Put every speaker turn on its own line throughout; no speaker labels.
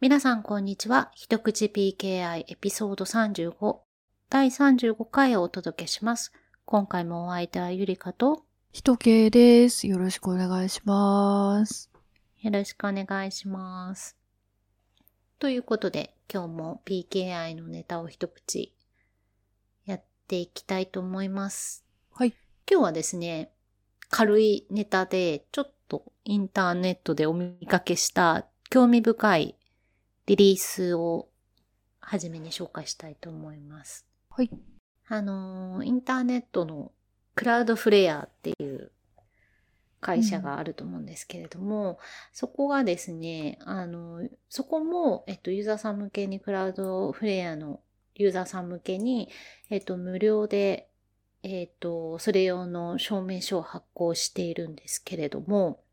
皆さんこんにちは。一口 PKI エピソード35第35回をお届けします。今回もお相手はゆりかと
ひとけいです。よろしくお願いします。
よろしくお願いします。ということで今日も PKI のネタを一口やっていきたいと思います。
はい。
今日はですね、軽いネタでちょっとインターネットでお見かけした興味深いリリースをはじめに紹介したいと思います。
はい。
あのーインターネットのクラウドフレアっていう会社があると思うんですけれども、そこがですね、あのーそこも、えっと、ユーザーさん向けにクラウドフレアのユーザーさん向けに、えっと、無料で、えっと、それ用の証明書を発行しているんですけれども、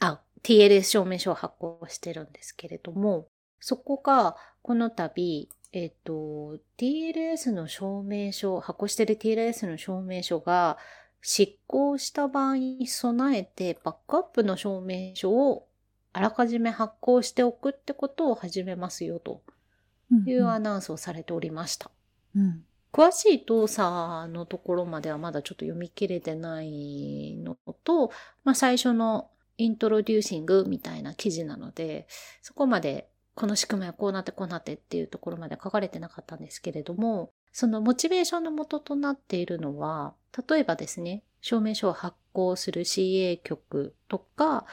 あ、TLS 証明書を発行してるんですけれども、そこが、この度、えっと、TLS の証明書、発行してる TLS の証明書が、執行した場合に備えて、バックアップの証明書をあらかじめ発行しておくってことを始めますよ、と
うん
いうアナウンスをされておりました。
うん。
詳しい動作のところまではまだちょっと読み切れてないのと、まあ、最初のイントロデューシングみたいな記事なので、そこまでこの仕組みはこうなってこうなってっていうところまで書かれてなかったんですけれども、そのモチベーションの元となっているのは、例えばですね、証明書を発行する CA 局とか、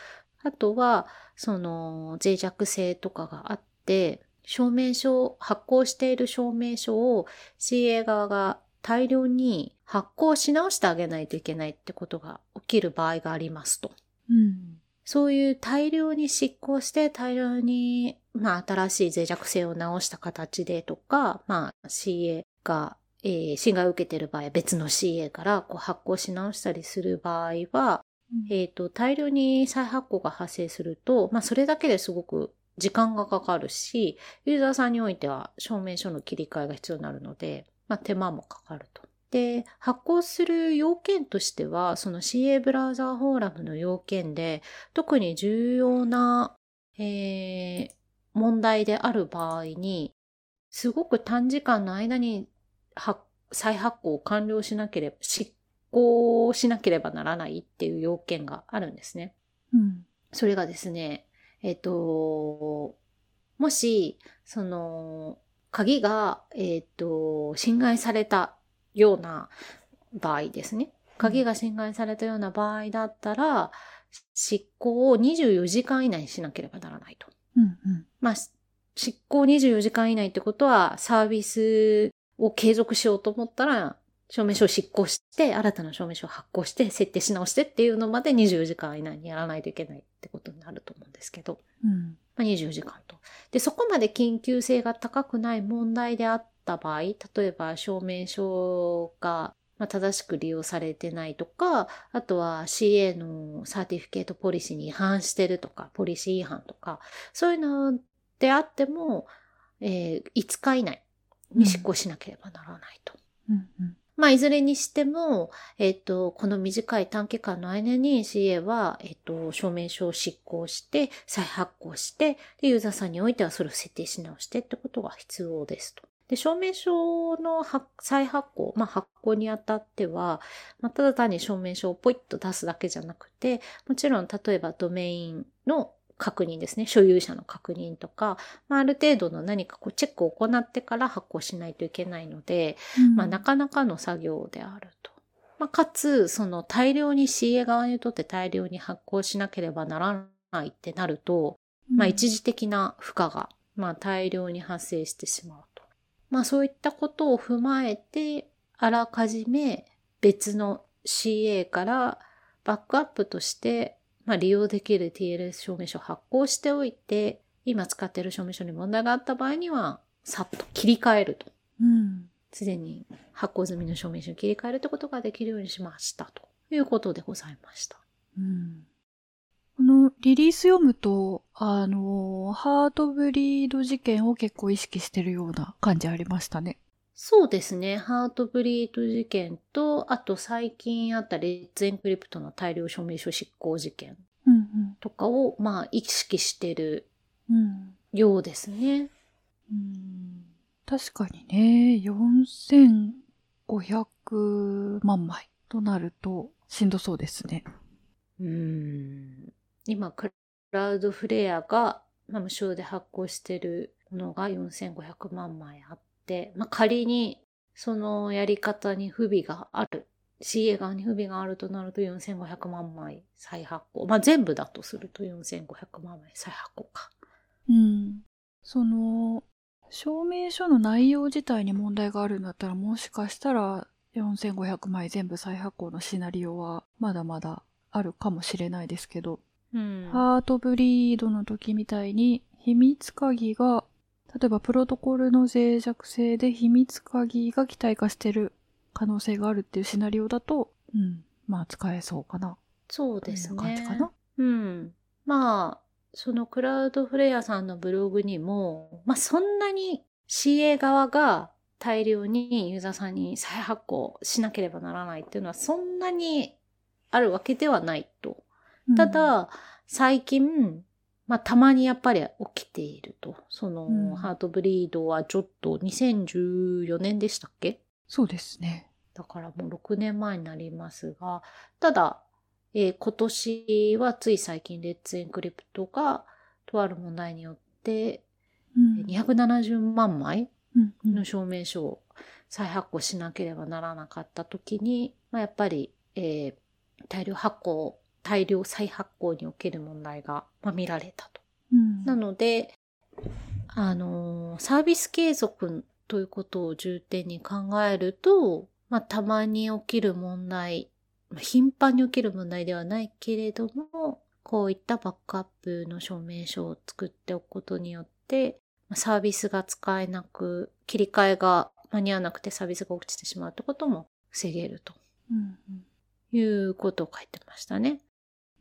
あとは、その脆弱性とかがあって、証明書、発行している証明書を CA 側が大量に発行し直してあげないといけないってことが起きる場合がありますと。
うん。
そういう大量に執行して大量に、まあ、新しい脆弱性を直した形でとか、まあ、CA が、えー侵害を受けている場合、別の CA からこう発行し直したりする場合は、えー、と大量に再発行が発生すると、まあ、それだけですごく時間がかかるしユーザーさんにおいては証明書の切り替えが必要になるので、まあ、手間もかかると。で発行する要件としてはその CA ブラウザーフォーラムの要件で特に重要な、えー問題である場合にすごく短時間の間に発再発行を完了しなければしこうしなければならないっていう要件があるんですね。
うん。
それがですね、えっ、と、もし、その、鍵が、えっ、と、侵害されたような場合ですね。鍵が侵害されたような場合だったら、執行を24時間以内にしなければならないと。
うん。うん。
まあ、し執行24時間以内ってことは、サービスを継続しようと思ったら、証明書を執行して、新たな証明書を発行して、設定し直してっていうのまで24時間以内にやらないといけないってことになると思うんですけど、
うん。
まあ、24時間と。で、そこまで緊急性が高くない問題であった場合、例えば証明書がまあ正しく利用されてないとか、あとは CA のサーティフィケートポリシーに違反してるとか、ポリシー違反とか、そういうのであっても、えー5日以内に執行しなければならないと。
うん。うん。
まあ、いずれにしても、えっ、と、この短い短期間の間に CA は、えっ、と、証明書を執行して、再発行して、で、ユーザーさんにおいてはそれを設定し直してってことが必要ですと。で、証明書の発再発行、まあ、発行にあたっては、まあ、ただ単に証明書をポイッと出すだけじゃなくて、もちろん、例えばドメインの確認ですね。所有者の確認とか、まあ、ある程度の何かこうチェックを行ってから発行しないといけないので、まあ、なかなかの作業であると。まあ、かつ、その大量に CA 側にとって大量に発行しなければならないってなると、まあ、一時的な負荷が、まあ、大量に発生してしまうと。まあ、そういったことを踏まえて、あらかじめ別の CA からバックアップとして、まあ、利用できる TLS 証明書を発行しておいて、今使っている証明書に問題があった場合には、さっと切り替えると。
うん。
すでに発行済みの証明書に切り替えるってことができるようにしましたということでございました。
うん。このリリース読むと、あの、ハートブリード事件を結構意識してるような感じありましたね。
そうですね。ハートブリート事件と、あと最近あったレッツエンクリプトの大量証明書執行事件
うん。
とかを、まあ、意識してる
うん。
ようですね。
うん確かにね、4500万枚となるとしんどそうですね。
うん。今、クラウドフレアが、まあ無償で発行してるのが4500万枚あって、まあ仮にそのやり方に不備がある。CA 側に不備があるとなると4500万枚再発行。まあ全部だとすると4500万枚再発行か。
うん。その、証明書の内容自体に問題があるんだったら、もしかしたら4500枚全部再発行のシナリオはまだまだあるかもしれないですけど、
うん
ハートブリードの時みたいに秘密鍵が、例えばプロトコルの脆弱性で秘密鍵が機体化してる可能性があるっていうシナリオだと、うん、まあ使えそうかな。
そう
とい
ですね。
う感じかな。
うん。まあ、そのクラウドフレアさんのブログにも、まあそんなに CA 側が大量にユーザーさんに再発行しなければならないっていうのはそんなにあるわけではないと。た
うん、
だ、最近、まあたまにやっぱり起きていると。その、
うん
ハートブリードはちょっと2014年でしたっけ
そうですね。
だからもう6年前になりますが、ただ、えー今年はつい最近、レッツエンクリプトが、とある問題によって、
うん
270万枚
うんうん
の証明書を再発行しなければならなかった時に、まあ、やっぱり、えー大量発行、大量再発行における問題が、まあ、見られたと。
うん
なので、あのーサービス継続ということを重点に考えると、まあ、たまに起きる問題、まあ頻繁に起きる問題ではないけれども、こういったバックアップの証明書を作っておくことによって、まあサービスが使えなく、切り替えが間に合わなくてサービスが落ちてしまうってことも防げると
うん
いうことを書いてましたね。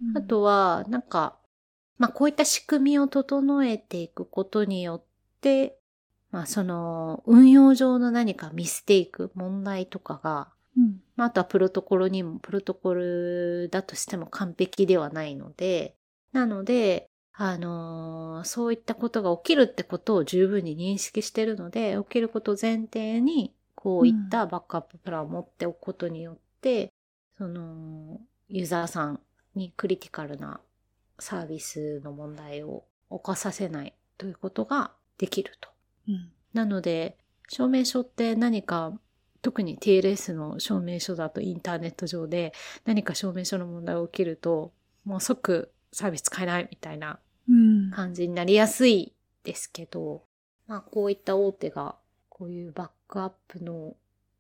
うん
あとは、なんか、まあ、こういった仕組みを整えていくことによって、まあ、その、運用上の何かミステイク、問題とかが、
うん
まあ、あとはプロトコルにも、プロトコルだとしても完璧ではないので、なので、あのーそういったことが起きるってことを十分に認識してるので、起きることを前提に、こういったバックアッププランを持っておくことによって、その、ユーザーさんにクリティカルなサービスの問題を起こさせないということができると。
うん
なので、証明書って何か、特に TLS の証明書だとインターネット上で何か証明書の問題が起きると、もう即サービス使えないみたいな
うん
感じになりやすいですけど、まあこういった大手がこういうバックアップの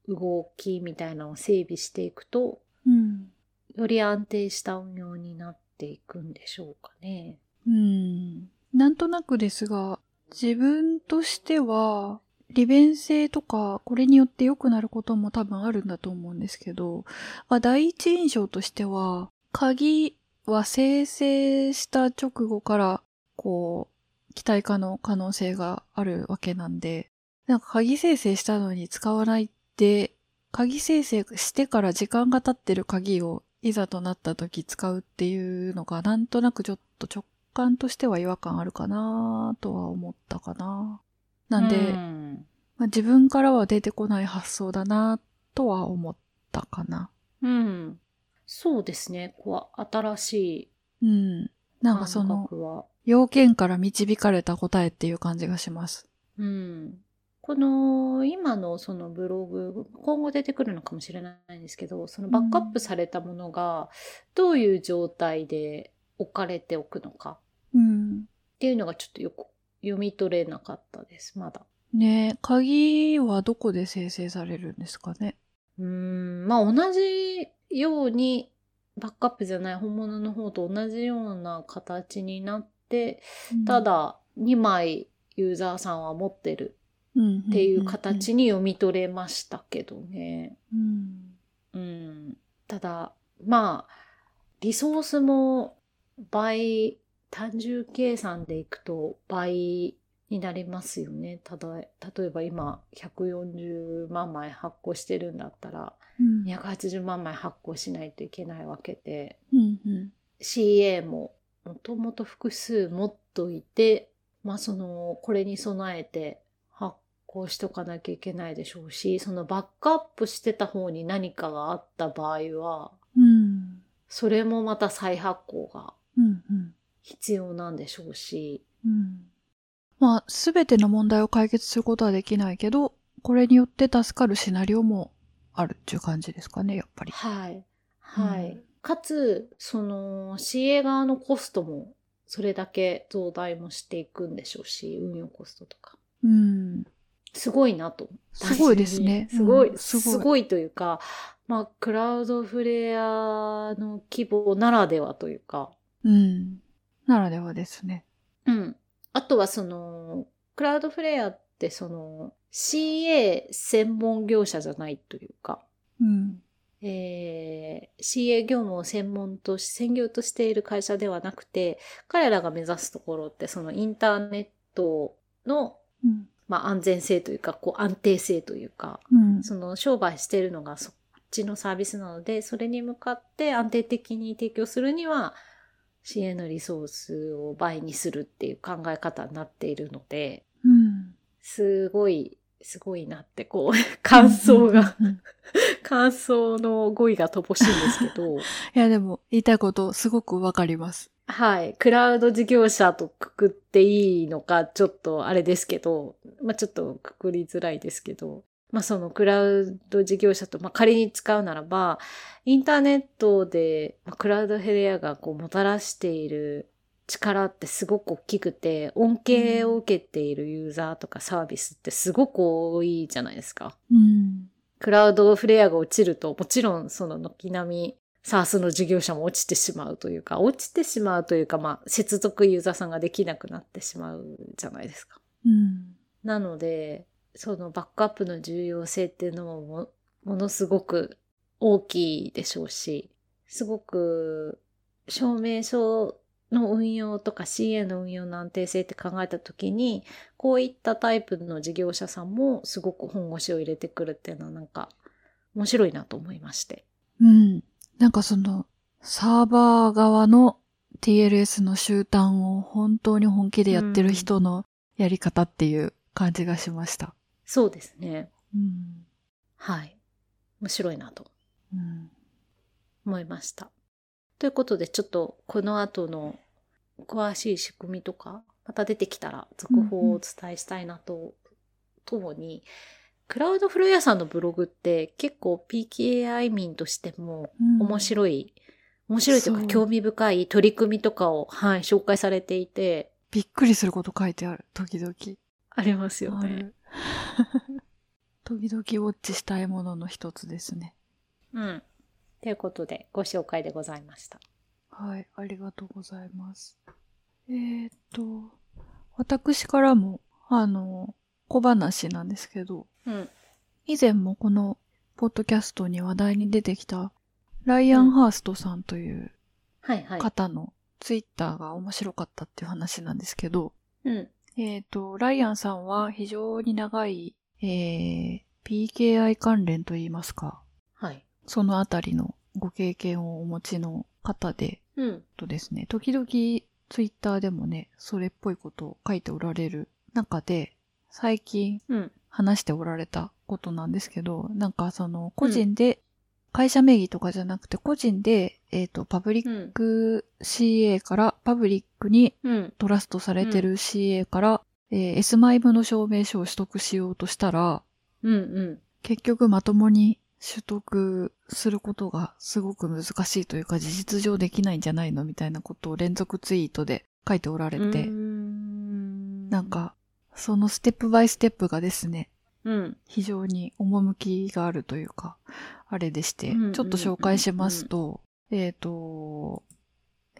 動きみたいなのを整備していくと、
うん
より安定した運用になっていくんでしょうかね。
うんなんとなくですが、自分としては、利便性とか、これによって良くなることも多分あるんだと思うんですけど、まあ、第一印象としては、鍵は生成した直後から、こう、機体化の可能性があるわけなんで、なんか鍵生成したのに使わないで、鍵生成してから時間が経ってる鍵をいざとなった時使うっていうのが、なんとなくちょっと直感としては違和感あるかなとは思ったかな。なんで、
うん、
まあ、自分からは出てこない発想だなとは思ったかな。
うん。そうですね。こう、新しい
うん。なん
感
かその、
覚は。
要件から導かれた答えっていう感じがします。
うん。この今のそのブログ、今後出てくるのかもしれないんですけど、そのバックアップされたものがどういう状態で置かれておくのか
うん。
っていうのがちょっとよく読み取れなかったです、まだ。
ねえ、鍵はどこで生成されるんですかね。
うーん、まあ同じようにバックアップじゃない本物の方と同じような形になって、ただ2枚ユーザーさんは持ってる
うん、っ
っていう形に読み取れましたけどね。
うん。
うん、ただまあリソースも倍単純計算でいくと倍になりますよねただ例えば今140万枚発行してるんだったら
うん。
280万枚発行しないといけないわけで
うん。うん。
CA ももともと複数持っといてまあその、これに備えて発行しとかなきゃいけないでしょうし、そのバックアップしてた方に何かがあった場合は、
うん。
それもまた再発行が
うんうん。
必要なんでしょうし、
うん。まあ、すべての問題を解決することはできないけど、これによって助かるシナリオもあるっていう感じですかね、やっぱり。
はい。はい。
うん
かつ、その CA 側のコストもそれだけ増大もしていくんでしょうし、運用コストとか。
うん。
すごいなと。
すごいですね
単純にすごい、
うんす
す
ごい
ごいというか、まあ、クラウドフレアの規模ならではというか、
うん。ならではですね。
うん。あとはその、クラウドフレアってその、CA 専門業者じゃないというか、
うん。
えー CA 業務を専門とし、専業としている会社ではなくて、彼らが目指すところって、そのインターネットの、
うん。
まあ、安全性というか、こう安定性というか、
うん。
その商売しているのがそっちのサービスなので、それに向かって安定的に提供するには、CA のリソースを倍にするっていう考え方になっているので、
うん。
すごい、すごいなって、こう、 感想が、
うん。うん
感想の語彙が乏しいんですけど、
いや、でも、言いたいこと、すごくわかります。
はい。クラウド事業者とくくっていいのか、ちょっとあれですけど、まあちょっとくくりづらいですけど、まあそのクラウド事業者と、まあ仮に使うならば、インターネットで、まあクラウドヘレアがこうもたらしている力ってすごく大きくて、恩恵を受けているユーザーとかサービスってすごく多いじゃないですか。
うん。
クラウドフレアが落ちると、もちろんその軒並み、サースの事業者も落ちてしまうというか、落ちてしまうというか、まあ、接続ユーザーさんができなくなってしまうじゃないですか。
うん。
なので、そのバックアップの重要性っていうのもも、ものすごく大きいでしょうし、すごく、証明書の運用とか CA の運用の安定性って考えたときに、こういったタイプの事業者さんもすごく本腰を入れてくるっていうのはなんか面白いなと思いまして。
うん。なんかその、サーバー側の TLS の集団を本当に本気でやってる人のやり方っていう感じがしました。
そうですね。
うん。
はい。面白いなと
うん。
思いました。ということで、ちょっとこの後の詳しい仕組みとか、また出てきたら続報をお伝えしたいなと、ともに、クラウドフルヤさんのブログって結構 PKI 民としても面
い。
白い、面白いという
そ
か
う
興味深い取り組みとかを、はい、紹介されていて、
びっくりすること書いてある。時々。
ありますよ
あ
ね。
る。時々ウォッチしたいものの一つですね。
うん。ということで、ご紹介でございました。
はい、ありがとうございます。えーっと、私からも、あの、小話なんですけど、
うん。
以前もこのポッドキャストに話題に出てきたライアン・ハーストさんという
はいはい。
方のツイッターが面白かったっていう話なんですけど、
うん。
えっ、と、ライアンさんは非常に長い、えー PKI 関連といいますか、
はい。
そのあたりのご経験をお持ちの方で、
うん。
とですね、時々ツイッターでもね、それっぽいことを書いておられる中で、最近
うん。
話しておられたことなんですけど、なんかその個人で、会社名義とかじゃなくて個人で、えっ、と、パブリッ
うん。
ク CA からパブリックに
うん。
トラストされてる CA から、えー S マイムの証明書を取得しようとしたら、
うん。うん。
結局まともに取得することがすごく難しいというか事実上できないんじゃないのみたいなことを連続ツイートで書いておられて、
な
な、
ん
かそのステップバイステップがですね、
うん、
非常に趣があるというか、あれでして
うんうん、
ちょっと紹介しますと、えっと、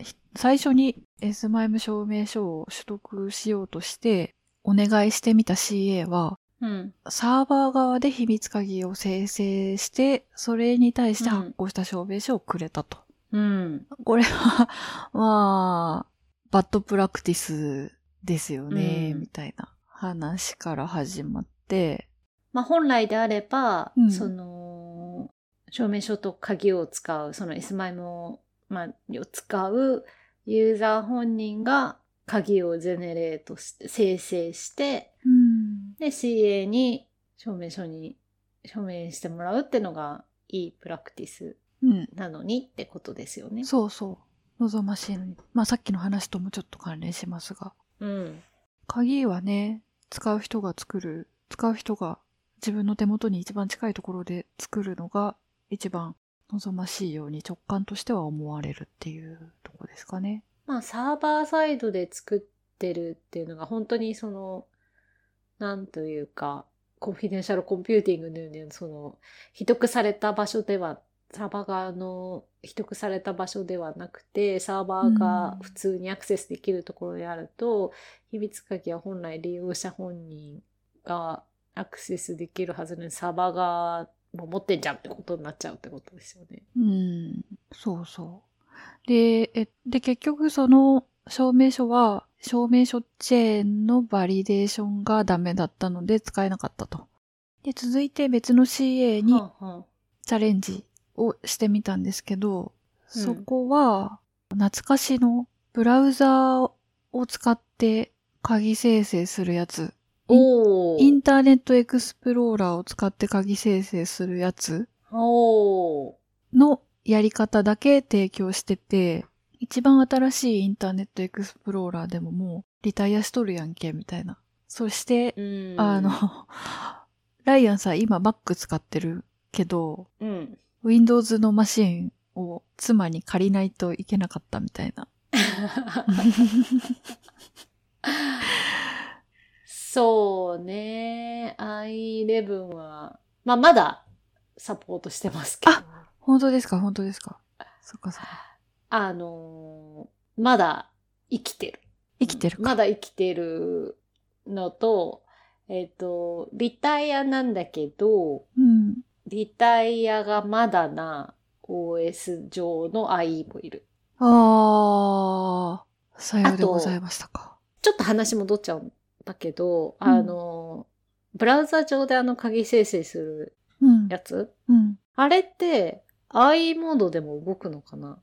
ひ最初に S マイム証明書を取得しようとして、お願いしてみた CA は、
うん、
サーバー側で秘密鍵を生成して、それに対して
うん
発行した証明書をくれたと。
うん、
これは、まあ、バッドプラクティスですよね、
うん
みたいな話から始まって、
まあ本来であれば、
うん
その証明書と鍵を使うその S マイムを、まあ、を使うユーザー本人が鍵をジェネレートして、生成して、
うん。
で、CA に証明書に署名してもらうってのがいいプラクティス
うん。
なのにってことですよね。
そうそう。望ましいのに。まあさっきの話ともちょっと関連しますが。
うん。
鍵はね、使う人が作る、使う人が自分の手元に一番近いところで作るのが一番望ましいように直感としては思われるっていうとこですかね。
まあ、サーバーサイドで作ってるっていうのが本当にその、なんというか、コンフィデンシャルコンピューティングのように、その、秘匿された場所では、サーバー側の秘匿された場所ではなくて、サーバーが普通にアクセスできるところであると、秘密鍵は本来利用者本人がアクセスできるはずなのに、サーバー側も持ってんじゃんってことになっちゃうってことですよね。
うん、そうそう。で、えで、結局その証明書は、証明書チェーンのバリデーションがダメだったので使えなかったと。で、続いて別の CA に
はあはあ
チャレンジをしてみたんですけど、
うん
そこは懐かしのブラウザーを使って鍵生成するやつ、
お
イ
ー
ンターネットエクスプローラーを使って鍵生成するやつ
おー
のやり方だけ提供してて、一番新しいインターネットエクスプローラーでももうリタイアしとるやんけ、みたいな。そして、
うん
あの、 ライアンさん今 Mac 使ってるけど、
うん
Windows のマシンを妻に借りないといけなかったみたいな。
そうね。i11 は、まあ、まだサポートしてますけど、
本当ですか本当ですかそっかそっか。
あのーまだ生きてる。
生きてるか。
まだ生きてるのと、えっ、と、リタイアなんだけど、
うん。
リタイアがまだな OS 上の IE もいる。
あー、さようでございましたか。
ちょっと話戻っちゃうんだけど、あの、ブラウザ上であの鍵生成する
うん。
やつ
うん。
あれって、IE モードでも動くのかな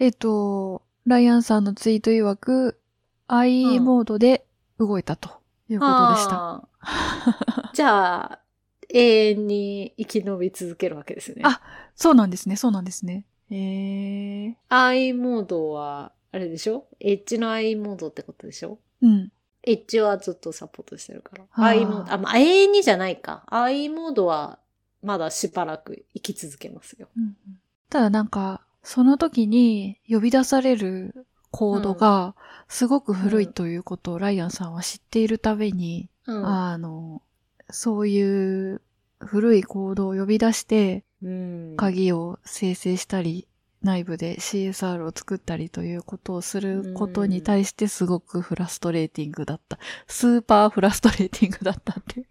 えっと、ライアンさんのツイート曰く、IE
うん
モードで動いたということでした。
あーじゃあ、永遠に生き延び続けるわけですね。
あそうなんですね、そうなんですね。えー。
IE モードは、あれでしょエッジの IE モードってことでしょ
うん。
エッジはずっとサポートしてるから。
あー
IE モード、あ、まあ、永遠にじゃないか。IE モードは、まだしばらく生き続けますよ。
うんただなんか、その時に呼び出されるコードがすごく古いということをライアンさんは知っているために、
うん
あの、そういう古いコードを呼び出して
うん。
鍵を生成したり、内部で CSR を作ったりということをすることに対してすごくフラストレーティングだった。スーパーフラストレーティングだったって。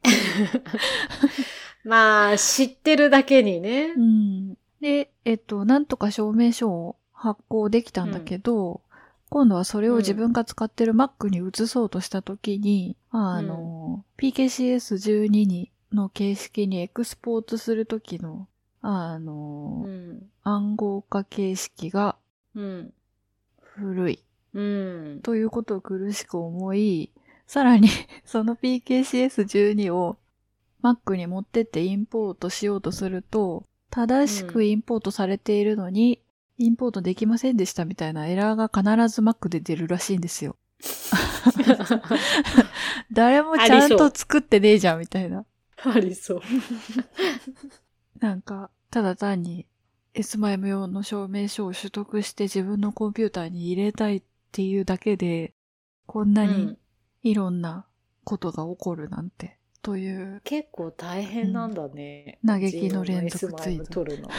まあ、知ってるだけにね
う。ん。で、えっと、なんとか証明書を発行できたんだけど、今度はそれを自分が使ってる Mac に移そうとしたときに、あの、PKCS12 にの形式にエクスポートするときの、あの、
うん。
暗号化形式が
うん。
古い
うん。
ということを苦しく思い、さらに その PKCS12 を Mac に持ってってインポートしようとすると、正しくインポートされているのに、インポートできませんでしたみたいなエラーが必ず Mac で出るらしいんですよ。誰もちゃ
あ
ん
りそう
と作ってねえじゃんみたいな。
あり そう。
なんか、ただ単に S マイム用の証明書を取得して自分のコンピューターに入れたいっていうだけで、こんな
う
に
ん
いろんなことが起こるなんて、という。
結構大変なんだね。
うん嘆きの連続ツイート
S マイム取るの。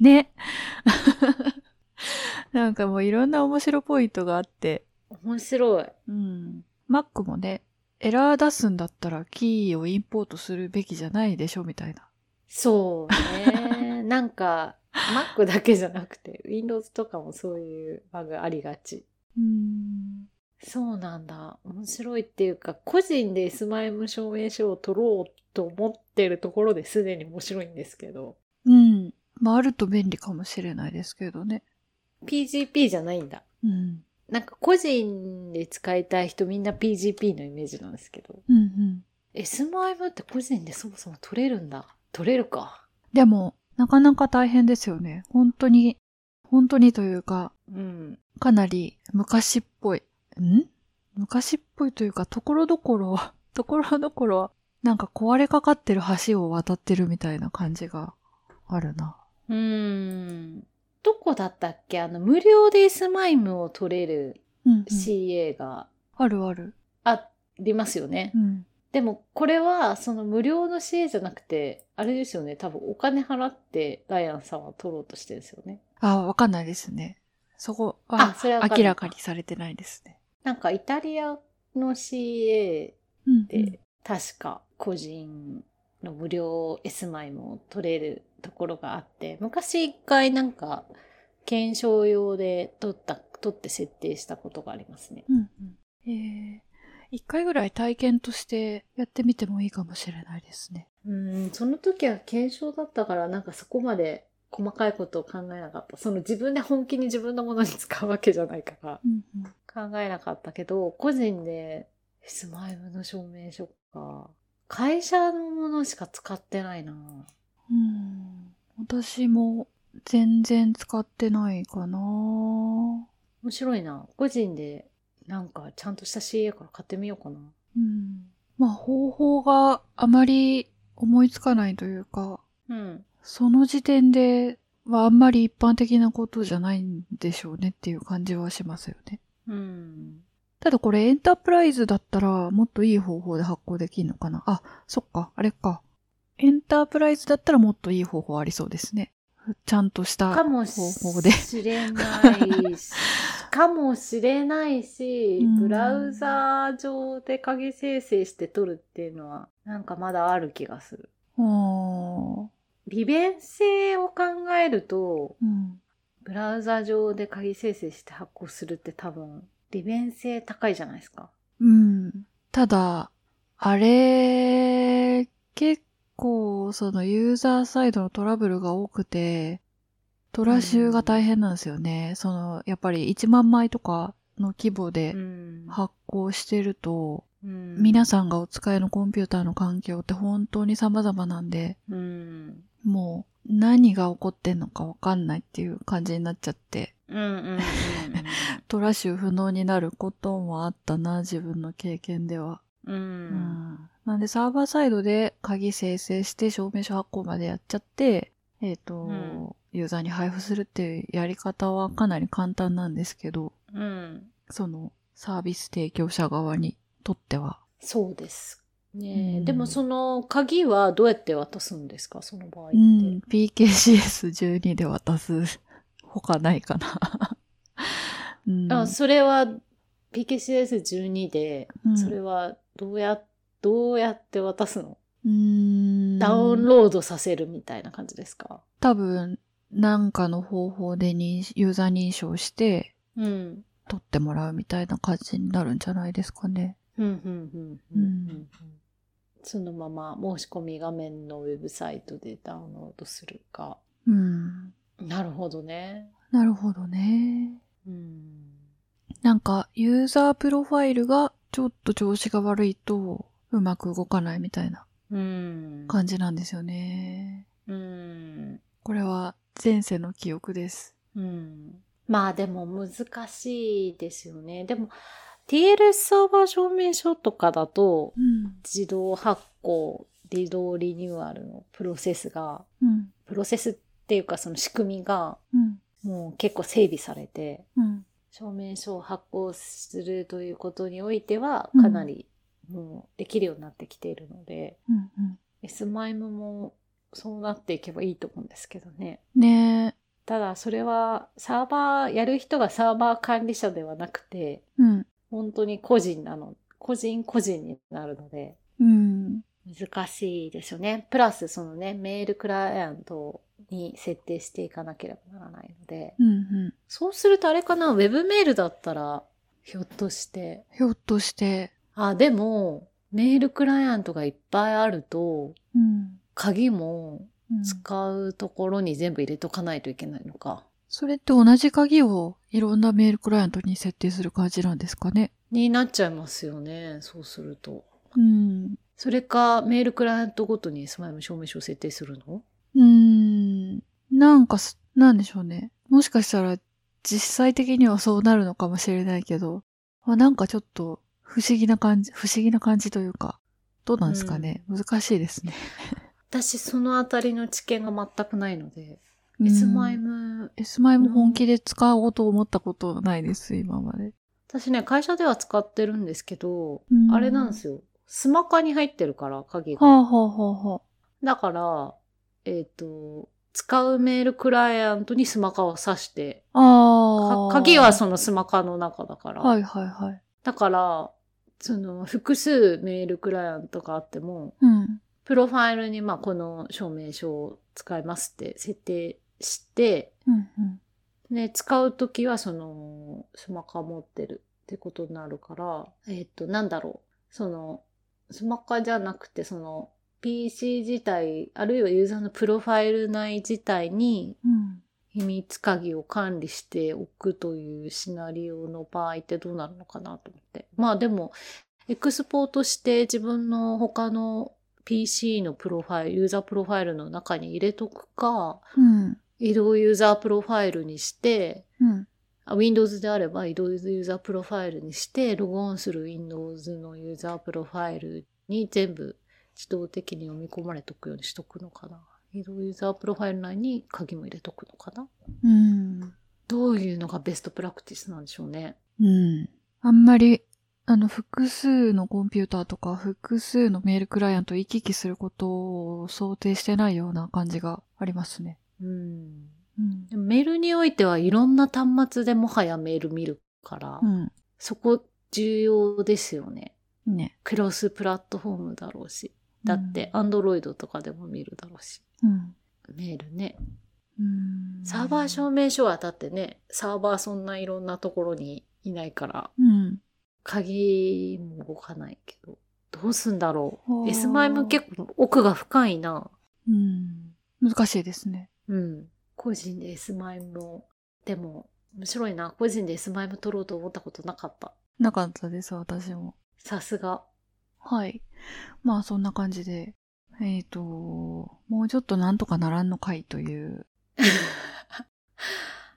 ね。 なんかもういろんな面白ポイントがあって。
面白い。
うん。Mac もね、エラー出すんだったらキーをインポートするべきじゃないでしょみたいな。
そう ね。なんか、Mac だけじゃなくて、Windows とかもそういうバグありがち。
うん。
そうなんだ。面白いっていうか、個人で S マイム証明書を取ろうと思ってるところですでに面白いんですけど、
うん。まああると便利かもしれないですけどね。
PGP じゃないんだ。
うん。
なんか個人で使いたい人みんな PGP のイメージなんですけど。
うんうん。
SMIM って個人でそもそも取れるんだ。取れるか。
でも、なかなか大変ですよね。本当に、本当にというか、
うん。
かなり昔っぽい。ん昔っぽいというか、ところどころ、 ところどころ、なんか壊れかかってる橋を渡ってるみたいな感じがあるな。
うーん。どこだったっけあの、無料で SMIM を取れる
うん、うん
CA が
あるある。
ありますよね。
うん。
でも、これは、その無料の CA じゃなくて、あれですよね。多分お金払ってダイアンさんは取ろうとしてるんですよね。
あ、わかんないですね。そこは
あそれはわかんない
明らかにされてないですね。
なんかイタリアの CA
うん
で、確か個人の無料 S マイも取れるところがあって昔一回なんか検証用で取った取って設定したことがありますね。
うんうん。えー、一回ぐらい体験としてやってみてもいいかもしれないですね。
うんその時は検証だったからなんかそこまで細かいことを考えなかったその自分で本気に自分のものに使うわけじゃないから
うんうん。
考えなかったけど個人で S マイムの証明書か会社のものしか使ってないな
うん。私も全然使ってないかな
面白いな。個人で、なんか、ちゃんとした CA から買ってみようかな。
うん。まあ方法があまり思いつかないというか、
うん。
その時点ではあんまり一般的なことじゃないんでしょうねっていう感じはしますよね。
うん。
ただこれエンタープライズだったらもっといい方法で発行できるのかなあ、そっか、あれか。エンタープライズだったらもっといい方法ありそうですね。ちゃんとした。
かも
方法で
しれない し、かもしれないし
うん、
ブラウザー上で鍵生成して撮るっていうのは、なんかまだある気がする。
うーん。
利便性を考えると、
うん。
ブラウザー上で鍵生成して発行するって多分、利便性高いじゃないですか。
うん。ただ、あれ、結構、そのユーザーサイドのトラブルが多くて、トラ集が大変なんですよね。その、やっぱり1万枚とかの規模で
ん
発行してると、
うん
皆さんがお使いのコンピューターの環境って本当に様々なんで、
うん。
もう何が起こってんのかわかんないっていう感じになっちゃって、
うんうんうんうん。
トラ集不能になることもあったな、自分の経験では。
う。
うんんなんでサーバーサイドで鍵生成して証明書発行までやっちゃって、えっ、と、
うん
ユーザーに配布するっていうやり方はかなり簡単なんですけど、
うん。
そのサービス提供者側にとっては。
そうです。ねえ、
うん
でもその鍵はどうやって渡すんですかその場合って。
うん、PKCS12 で渡す他ないかな。 うん、
あそれは PKCS12 で、
うん
それはどうや、どうやって渡すの、
うん
ダウンロードさせるみたいな感じですか
多分、なんかの方法で認しユーザー認証して
うん。
取ってもらうみたいな感じになるんじゃないですかね。
うん、うん、うん、
う
うんん。そのまま申し込み画面のウェブサイトでダウンロードするか。
うん。
なるほどね。
なるほどね。
うん。
なんか、ユーザープロファイルがちょっと調子が悪いと、うまく動かないみたいな
うん。
感じなんですよね。
うん。
これは前世の記憶です。
うんまあでも難しいですよね。でも TLS サーバー証明書とかだと
うん。
自動発行、自動リニューアルのプロセスが、
うん。
プロセスっていうかその仕組みが
うん。
もう結構整備されて、
うん。
証明書を発行するということにおいては
うん
かなりもうできるようになってきているので、
うん。うん。
S マイムもそうなっていけばいいと思うんですけどね。
ね
ただそれはサーバーやる人がサーバー管理者ではなくて
え。うん。
本当に個人なの個人個人になるので
うん。
難しいですよねプラスそのねメールクライアントに設定していかなければならないので
うん。うん。
そうするとあれかなウェブメールだったらひょっとして
ひょっとして、
あでもメールクライアントがいっぱいあると
うん。
鍵も
うん
使うところに全部入れとかないといけないのか。
それって同じ鍵をいろんなメールクライアントに設定する感じなんですかね。
になっちゃいますよね。そうすると。
うん。
それか、メールクライアントごとにスマイル証明書を設定するの
うーん。なんかす、なんでしょうね。もしかしたら実際的にはそうなるのかもしれないけど、まあ、なんかちょっと不思議な感じ、不思議な感じというか、どうなんですかね。難しいですね。
私、そのあたりの知見が全くないので、S マイ
も。
ム、
S マイも本気で使おうと思ったことないです、今まで。
私ね、会社では使ってるんですけど、
うん
あれなんですよ。スマカに入ってるから、鍵
は
が。
あはあはあはあ。
だから、えっ、と、使うメールクライアントにスマカを挿して、
あ
か
あ。
鍵はそのスマカの中だから。
はいはいはい。
だから、その複数メールクライアントがあっても、
うん。
プロファイルにまあこの証明書を使いますって設定して、
うんうん。
ね、使うときはそのスマカ持ってるってことになるから、えっ、と、なんだろう。その、スマカじゃなくて、その PC 自体、あるいはユーザーのプロファイル内自体に
うん。
秘密鍵を管理しておくというシナリオの場合ってどうなるのかなと思って。まあでも、エクスポートして自分の他の PC のプロファイル、ユーザープロファイルの中に入れとくか、
うん。
移動ユーザープロファイルにして、
うん。
あ Windows であれば移動ユーザープロファイルにして、ログオンする Windows のユーザープロファイルに全部自動的に読み込まれとくようにしとくのかな。移動ユーザープロファイル内に鍵も入れとくのかな。
うん。
どういうのがベストプラクティスなんでしょうね。
うん。あんまり、あの、複数のコンピューターとか、複数のメールクライアントを行き来することを想定してないような感じがありますね。
うん。
うん
で。もメールにおいてはいろんな端末でもはやメール見るから、そこ重要ですよね。
うん。ね。
クロスプラットフォームだろうし。だって、アンドロイドとかでも見るだろうし。
うん。
メールね。
うん。
サーバー証明書はだってね、サーバーそんないろんなところにいないから、
うん。
鍵も動かないけど。どうすんだろう。
あー
S マイも結構奥が深いな。
うん。難しいですね。
うん。個人で S マイムを。でも、面白いな。個人で S マイム取ろうと思ったことなかった。
なかったです、私も。
さすが。
はい。まあ、そんな感じで。えっ、と、もうちょっとなんとかならんのかいという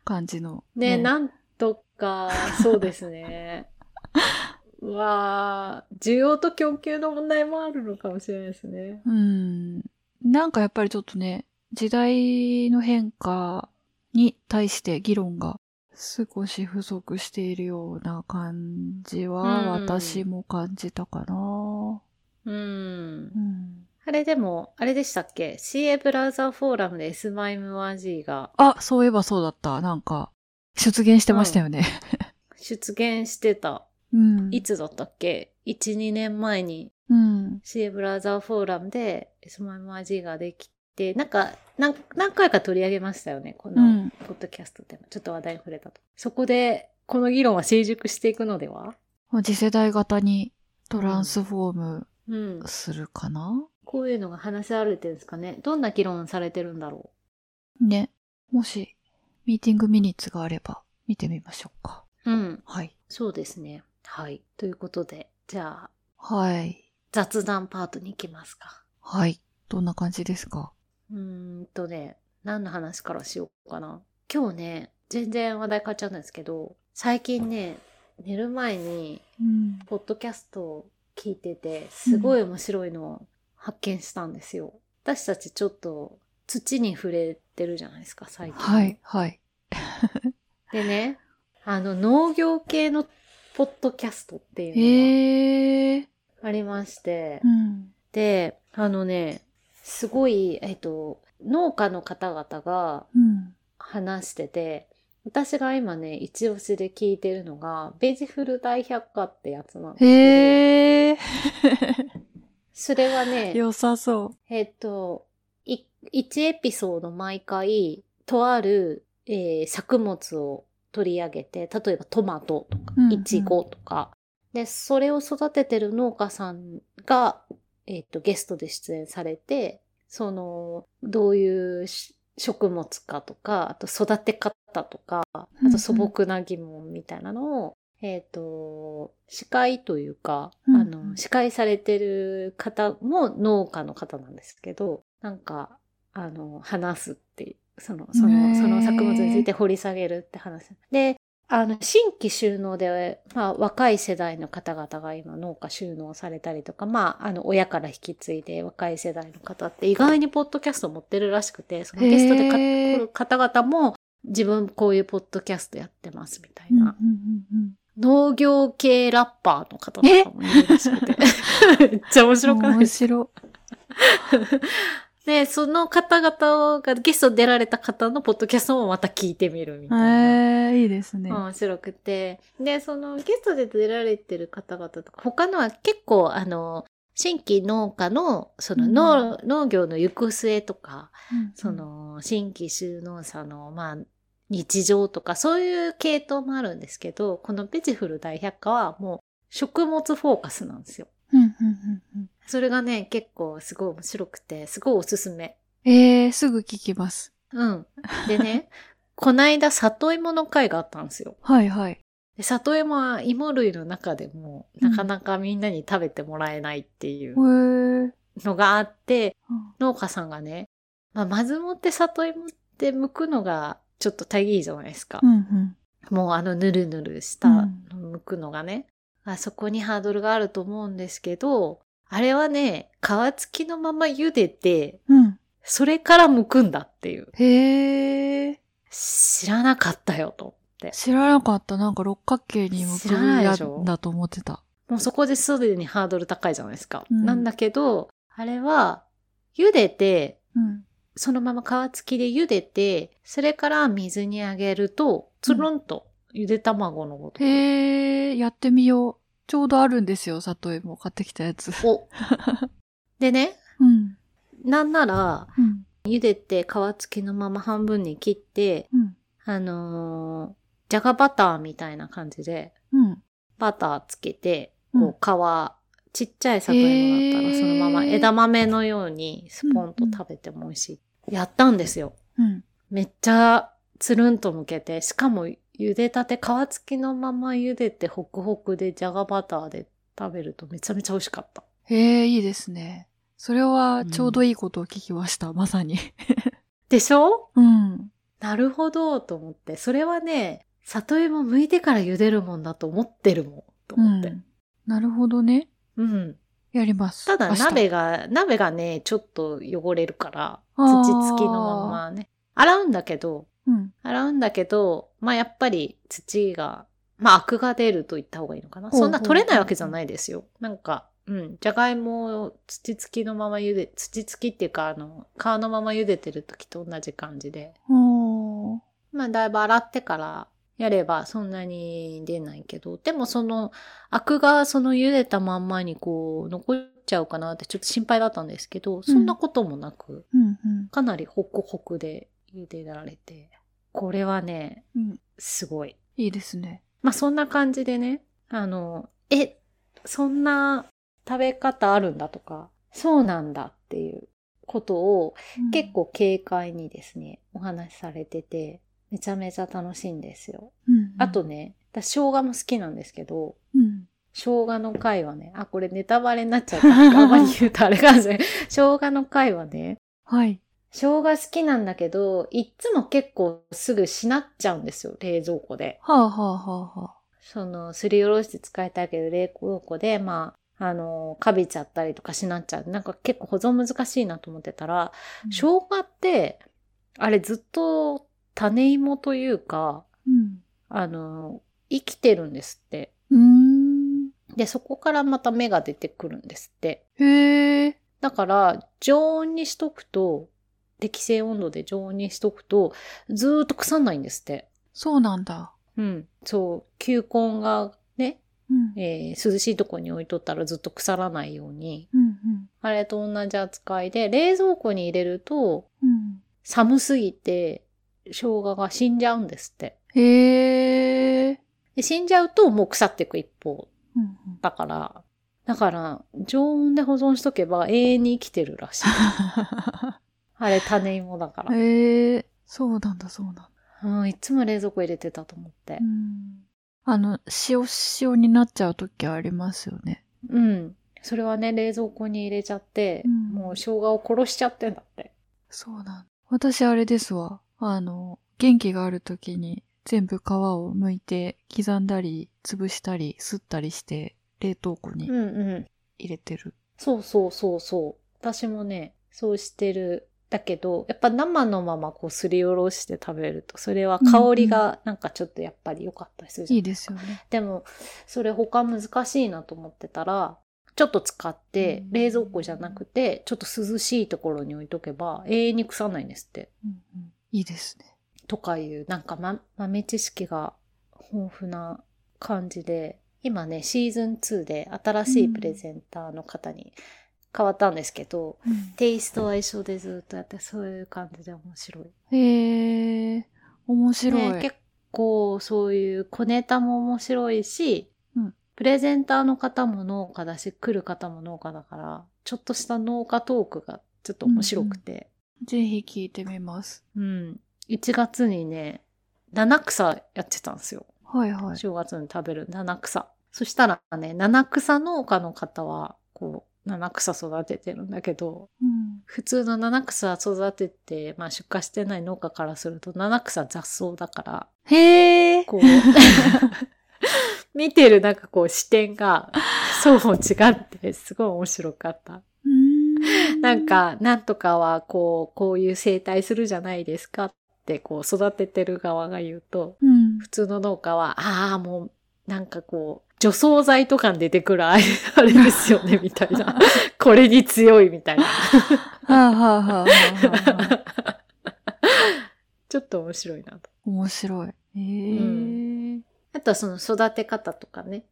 感じの。
ね、なんとか、そうですね。 うわあ、需要と供給の問題もあるのかもしれないですね。
うん。なんかやっぱりちょっとね、時代の変化に対して議論が少し不足しているような感じは
うん
私も感じたかな。
うん
う。ん。
あれでも、あれでしたっけ ?CA ブラウザーフォーラムで S マイム 1G が
あ、そういえばそうだった。なんか、出現してましたよね。
出現してた。
うん。
いつだったっけ ?1、2年前に
うん。
CA ブラウザーフォーラムで SMMRG ができて、なんか、なん何回か取り上げましたよね、こ
う
の
ん
ポッドキャストでも。ちょっと話題に触れたと。そこで、この議論は成熟していくのでは
まあ次世代型にトランスフォーム
うん。
するかな、
こういうのが話し合われてるんですかね。どんな議論されてるんだろ
ね。もし、ミーティングミニッツがあれば見てみましょうか。
う。うん。
はい。
そうですね。はい。ということで、じゃあ、
はい。
雑談パートに行きますか。
はい。どんな感じですか
うーんとね、何の話からしようかな。今日ね、全然話題変わっちゃうんですけど、最近ね、寝る前に
うん。
ポッドキャストを聞いてて、すごい面白いのを発見したんですよ。私たちちょっと土に触れてるじゃないですか、最近。
はい、はい。
でね、あの、農業系のポッドキャストっていうの
へえ。
がありまして
う、ん。
で、あのね、すごい、えっと、農家の方々が
うん。
話してて、私が今ね、一押しで聞いてるのが、ベジフル大百科ってやつなんですけど
へえ。
それはね、
良さそ
えっと、い、1エピソード毎回、とある、えー作物を取り上げて、例えばトマトとか
うんう、ん
イチゴとか、で、それを育ててる農家さんが、えっと、ゲストで出演されて、その、どういうし植物かとか、あと育て方ったとか、あ
うんうん
と素朴な疑問みたいなのを、えっ、と、司会というか、
うんうん
あの、司会されてる方も農家の方なんですけど、なんか、あの、話すっていう、その、そ
へ
の、
ー
その作物について掘り下げるって話。で、あの、新規収納で、まあ、若い世代の方々が今農家収納されたりとか、まあ、あの、親から引き継いで若い世代の方って意外にポッドキャスト持ってるらしくて、そのゲストでか
へー
来る方々も自分こういうポッドキャストやってますみたい
うんうん
な。
うん
農業系ラッパーの方とかもいるらしくて。 めっちゃ面
うん
白くない
面
ですか
白
で、その方々が、ゲスト出られた方のポッドキャストもまた聞いてみるみ
え
たいな。
ー、いいですね。
面白くて。で、そのゲストで出られてる方々とか、他のは結構、あの、新規農家の、その農,、農業の行く末とか、
うん
そ、の、新規収納者の、まあ、日常とか、そういう系統もあるんですけど、このベジフル大百科はもう、食物フォーカスなんですよ。
うんうんうんうん
それがね、結構すごい面白くて、すごいおすすめ。
えー、すぐ聞きます。
うん。でね、 こないだ里芋の会があったんですよ。
はいはい。
で里芋は芋類の中でも、
うん
なかなかみんなに食べてもらえないってい
え
う
ー、
のがあって、農家さんがね、まあ、まずもって里芋って剥くのがちょっと大義じゃないですか
う。んうん。
もうあのぬるぬるしたの剥くのがね、あそこにハードルがあると思うんですけど、あれはね、皮付きのまま茹でて、
うん。
それから剥くんだっていう。
へえー、
知らなかったよと思って。
知らなかった。なんか六角形に向
知
く
らない
や
でしょ
だと思ってた。
もうそこですでにハードル高いじゃないですか。
うん
なんだけど、あれは、茹でて、
うん。
そのまま皮付きで茹でて、それから水にあげると、つるんと、ゆで卵のごとく。
へえー、やってみよう。ちょうどあるんですよ、里芋買ってきたやつ。
おでね、
うん。
なんなら、
うん。
茹でて皮付きのまま半分に切って、
うん。
あのー、じゃがバターみたいな感じで、
うん。
バターつけて、
うん
こう皮、ちっちゃい里芋だったら
へー
そのまま枝豆のようにスポンと食べても美味しい。やったんですよ。
うん。
めっちゃつるんとむけて、しかも茹でたて、皮付きのまま茹でてホクホクでじゃがバターで食べるとめちゃめちゃ美味しかった。
へえー、いいですね。それはちょうどいいことを聞きました、まさに。
でしょ
うん。
なるほどと思って、それはね、里芋剥いてから茹でるもんだと思ってるもん、と思って。
ん、なるほどね。
うん
やります。
ただ
明日
鍋が、鍋がね、ちょっと汚れるから、
あ
土
ー
付きのままね。洗うんだけど、
うん。
洗うんだけど、まあやっぱり土が、まあアクが出ると言った方がいいのかな。
ほうほ
そ
うん
な取れないわけじゃないですよ。なんか、うん、じゃがいもを土付きのまま茹で、土付きっていうか、あの、皮のまま茹でてる時と同じ感じで。
おー
まあだいぶ洗ってからやればそんなに出ないけど、でもそのアクがその茹でたまんまにこう残っちゃうかなってちょっと心配だったんですけど、そんなこともなく、
うんうん。
かなりホクホクで茹でられて、これはね、
うん。
すごい。
いいですね。
まあそんな感じでね、あの、え、そんな食べ方あるんだとか、そうなんだっていうことを
うん
結。構軽快にですね、お話しされてて、めちゃめちゃ楽しいんですよ。
うんうん
あと。ね、私生姜も好きなんですけど、
うん。
生姜の回はね、あ、これネタバレになっ ちゃうから、あんまり言うとあれかもしれない。生姜の回はね、
はい。
生姜好きなんだけど、いっつも結構すぐしなっちゃうんですよ、冷蔵庫で。
はあはあはあはあ。
その、すりおろして使いたいけど、冷蔵庫で、まあ、あの、かびちゃったりとかしなっちゃう。なんか結構保存難しいなと思ってたら、生姜って、あれずっと種芋というか、
うん。
あの、生きてるんですって。
うーん。
で、そこからまた芽が出てくるんですって。
へえ。
だから、常温にしとくと、適正温度で常温にしとくと、ずーっと腐んないんですって。
そうなんだ。
うん。そう、球根がね、
うん。
えー涼しいとこに置いとったらずっと腐らないように、
うんうん。
あれと同じ扱いで、冷蔵庫に入れると、
うん。
寒すぎて、生姜が死んじゃうんですって。
へえ。
で死んじゃうともう腐っていく一方
うんうん。
だから、だから、常温で保存しとけば永遠に生きてる らしい。あれ種芋だから。
へえ。そうなんだ、そうなんだ。
うん、いつも冷蔵庫入れてたと思って
う。ん。あの、塩塩になっちゃう時ありますよね。
うん。それはね、冷蔵庫に入れちゃって、
うん
もう生姜を殺しちゃってんだって。
そうなん私あれですわ。あの、元気がある時に全部皮を剥いて刻んだり潰したりすったりして冷凍庫に
うんうん。
入れてる。
そうそうそうそう。私もね、そうしてる。だけど、やっぱ生のままこうすりおろして食べると、それは香りがなんかちょっとやっぱり良かったりするじゃ
い
ん
いですよね。
でも、それ他難しいなと思ってたら、ちょっと使って
うん、
冷蔵庫じゃなくて、ちょっと涼しいところに置いとけば、永遠に腐らないんですって。
うんうん、いいですね。
とかいう、なんか、ま、豆知識が豊富な感じで、今ね、シーズン2で新しいプレゼンターの方に変わったんですけど、テイストは一緒でずっとやって、そういう感じで面白い。
へえ、面白い。
ね、結構そういう小ネタも面白いし、
うん
プレゼンターの方も農家だし来る方も農家だからちょっとした農家トークがちょっと面白くて、
ぜひ聞いてみます。
うん1月にね七草やってたんですよ、
はいはい。
正月に食べる七草そしたらね七草農家の方はこう七草育ててるんだけど
うん、
普通の七草育てて、まあ、出荷してない農家からすると七草雑草だから
へえ。
こう、見てるなんかこう視点が、そうも違って、すごい面白かった。なん、か、なんとかはこう、こういう生態するじゃないですかって、こう、育ててる側が言うと、
うん、
普通の農家は、ああ、もう、なんかこう、除草剤とかに出てくるあれあれですよね、みたい な。これに強いみたいな。
はあ、はあはあはあはあはあ、
ちょっと面白いなと。
面白い。へえ、
あとはその育て方とかね。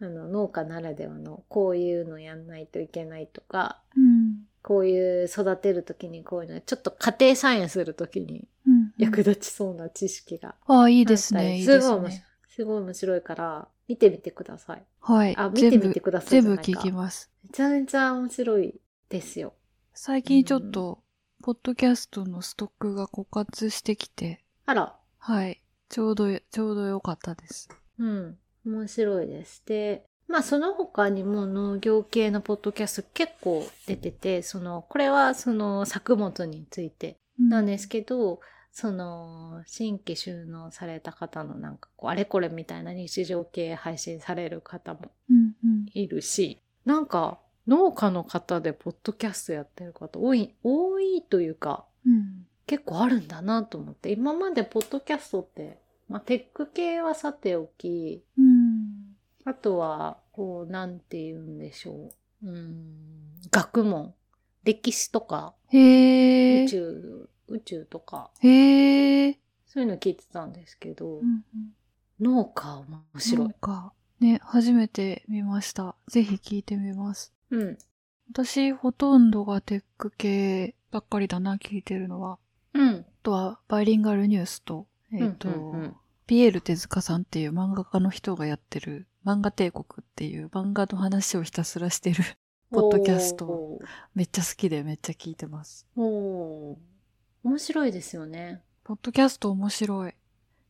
あの農家ならではのこういうのやんないといけないとか、
うん。
こういう育てるときにこういうの、ちょっと家庭菜園するときに
うん、
役立ちそうな知識が
ああ、い
い
いですね。いい
す
で
ごい
す
面白い
ね。。
すごい面白いから、見てみてください。
はい。
あ、見て
全
みて
部、
ください
全
じゃ
部
ないか。
聞きます。
めちゃめちゃ面白いですよ。
最近ちょっと、ポッドキャストのストックが枯渇してきて、
あら、
はい。ちょうどよ、ちょうど良かったです。
うん。面白いです。で、まあその他にも農業系のポッドキャスト結構出てて、その、これはその作物についてなんですけど、その、新規収納された方のなんかこう、あれこれみたいな日常系配信される方も
うん、うん。
いるし、なんか農家の方でポッドキャストやってる方多い、多いというか、
うん。
結構あるんだなと思って、今までポッドキャストって、まあテック系はさておき、
うん。
あとは、こう、なんて言うんでしょう。うーん、学問。歴史とか、
へえ。
宇宙、宇宙とか、
へえ。
そういうの聞いてたんですけど、
うんうん
農家面白い
なん。か、ね、初めて見ました。ぜひ聞いてみます。
うん。
私、ほとんどがテック系ばっかりだな、聞いてるのは。
うん。
あとは、バイリンガルニュースと、えっ、と、
うんうんうん
ピエール手塚さんっていう漫画家の人がやってる、漫画帝国っていう漫画の話をひたすらしてる。 ポッドキャスト。
おー
めっちゃ好きでめっちゃ聞いてます。
おー面白いですよね。
ポッドキャスト面白い。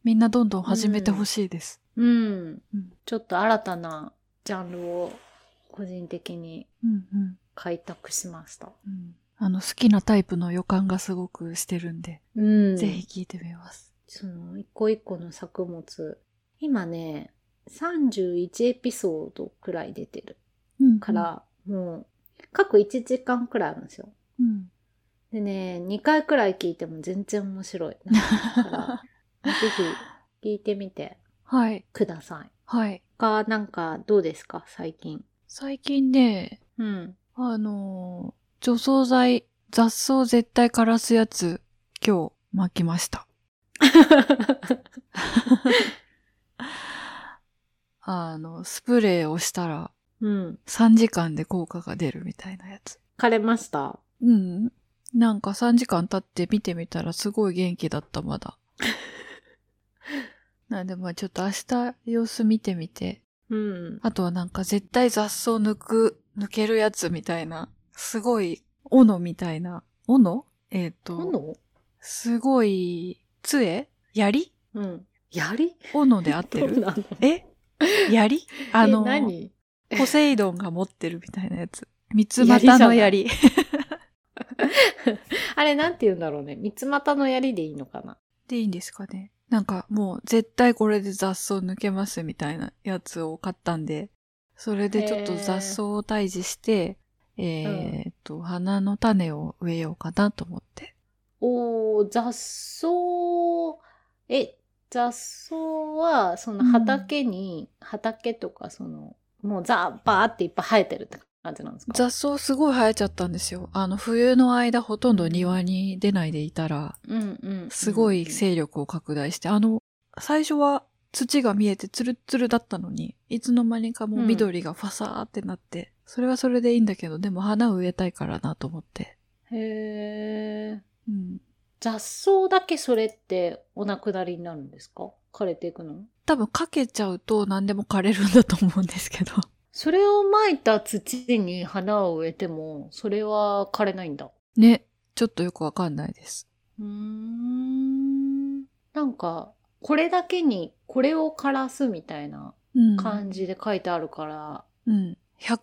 みんなどんどん始めてほしいです。
うん。
うん
ちょっと新たなジャンルを個人的に
うん、うん、
開拓しました。
うん。あの、好きなタイプの予感がすごくしてるんで、
うん
ぜひ聞いてみます。
その一個一個の作物今ね31エピソードくらい出てる
うん
から、もう各1時間くらいあるんですよ
うん。
でね2回くらい聞いても全然面白いだから ぜひ聞いてみて
はい。
ください
はい。
他なんかどうですか最近
最近ね、
うん
あのー除草剤、雑草絶対枯らすやつ、今日、巻きました。あの、スプレーをしたら、
うん
3時間で効果が出るみたいなやつ。
枯れました
うん。なんか3時間経って見てみたら、すごい元気だった、まだ。なんで、まあちょっと明日、様子見てみて、
うん
あとはなんか絶対雑草抜く、抜けるやつみたいな、すごい、斧みたいな、斧えっ、と、
斧
すごい、杖槍
うん。槍
斧で合っ て
どう
る
なの
え槍あの
え、何
ポセイドンが持ってるみたいなやつ。三つ股の槍。
あれなんて言うんだろうね。三つ股の槍でいいのかな。
でいいんですかね。なんかもう絶対これで雑草抜けますみたいなやつを買ったんで、それでちょっと雑草を退治して、えーっと、花の種を植えようかなと思って。
おー、雑草、え、雑草は、その畑に、畑とか、その、もうザーバーっていっぱい生えてるって感じなんですか
雑草すごい生えちゃったんですよ。あの、冬の間ほとんど庭に出ないでいたら、
うんうんうん。
すごい勢力を拡大して、あの、最初は土が見えてツルッツルだったのに、いつの間にかもう緑がファサーってなって、それはそれでいいんだけど、でも花を植えたいからなと思って。
へー。
うん。
雑草だけそれってお亡くなりになるんですか枯れていくの
多分かけちゃうと何でも枯れるんだと思うんですけど。
それをまいた土に花を植えても、それは枯れないんだ。
ね。ちょっとよくわかんないです。
うーん。なんか、これだけに、これを枯らすみたいな
うん。
感じで書いてあるから、
うん。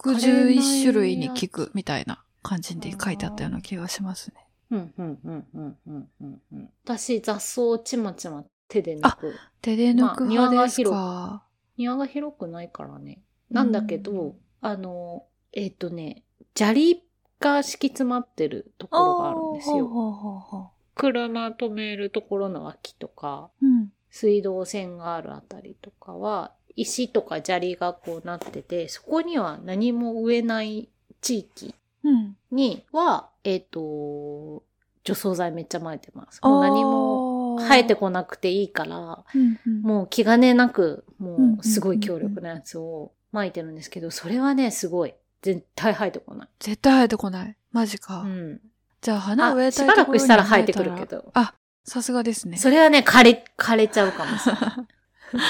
111種類に効くみたいな感じで書いてあったような気がしますね。
うん、うん、うん、うん、うん、うん、うん。私、雑草をちまちま手で抜く。
手で抜く派ですか、
庭が広くないからね。なんだけど、
うん
あの、えっ、とね、砂利が敷き詰まってるところがあるんです
あー
よ。
ほうほうほうほ
車止めるところの脇とか、
ううん。
水道線があるあたりとかは、石とか砂利がこうなってて、そこには何も植えない地域
うん。
には、えっ、と、除草剤めっちゃ撒いてます。もう何も生えてこなくていいから、
うんうん
もう気兼ねなく、も
んうんうんうん
うすごい強力なやつを撒いてるんですけど、それはね、すごい。絶対生えてこない。
絶対生えてこない。マジか。
うん。
じゃあ花植え
あ、
た
し
い
ば
と
ら
ころ
く
に
し
生えた
た
ら
ら生えてくるけ。ど。
あ、さすがですね。
それはね、枯れ、枯れちゃうかもしれ な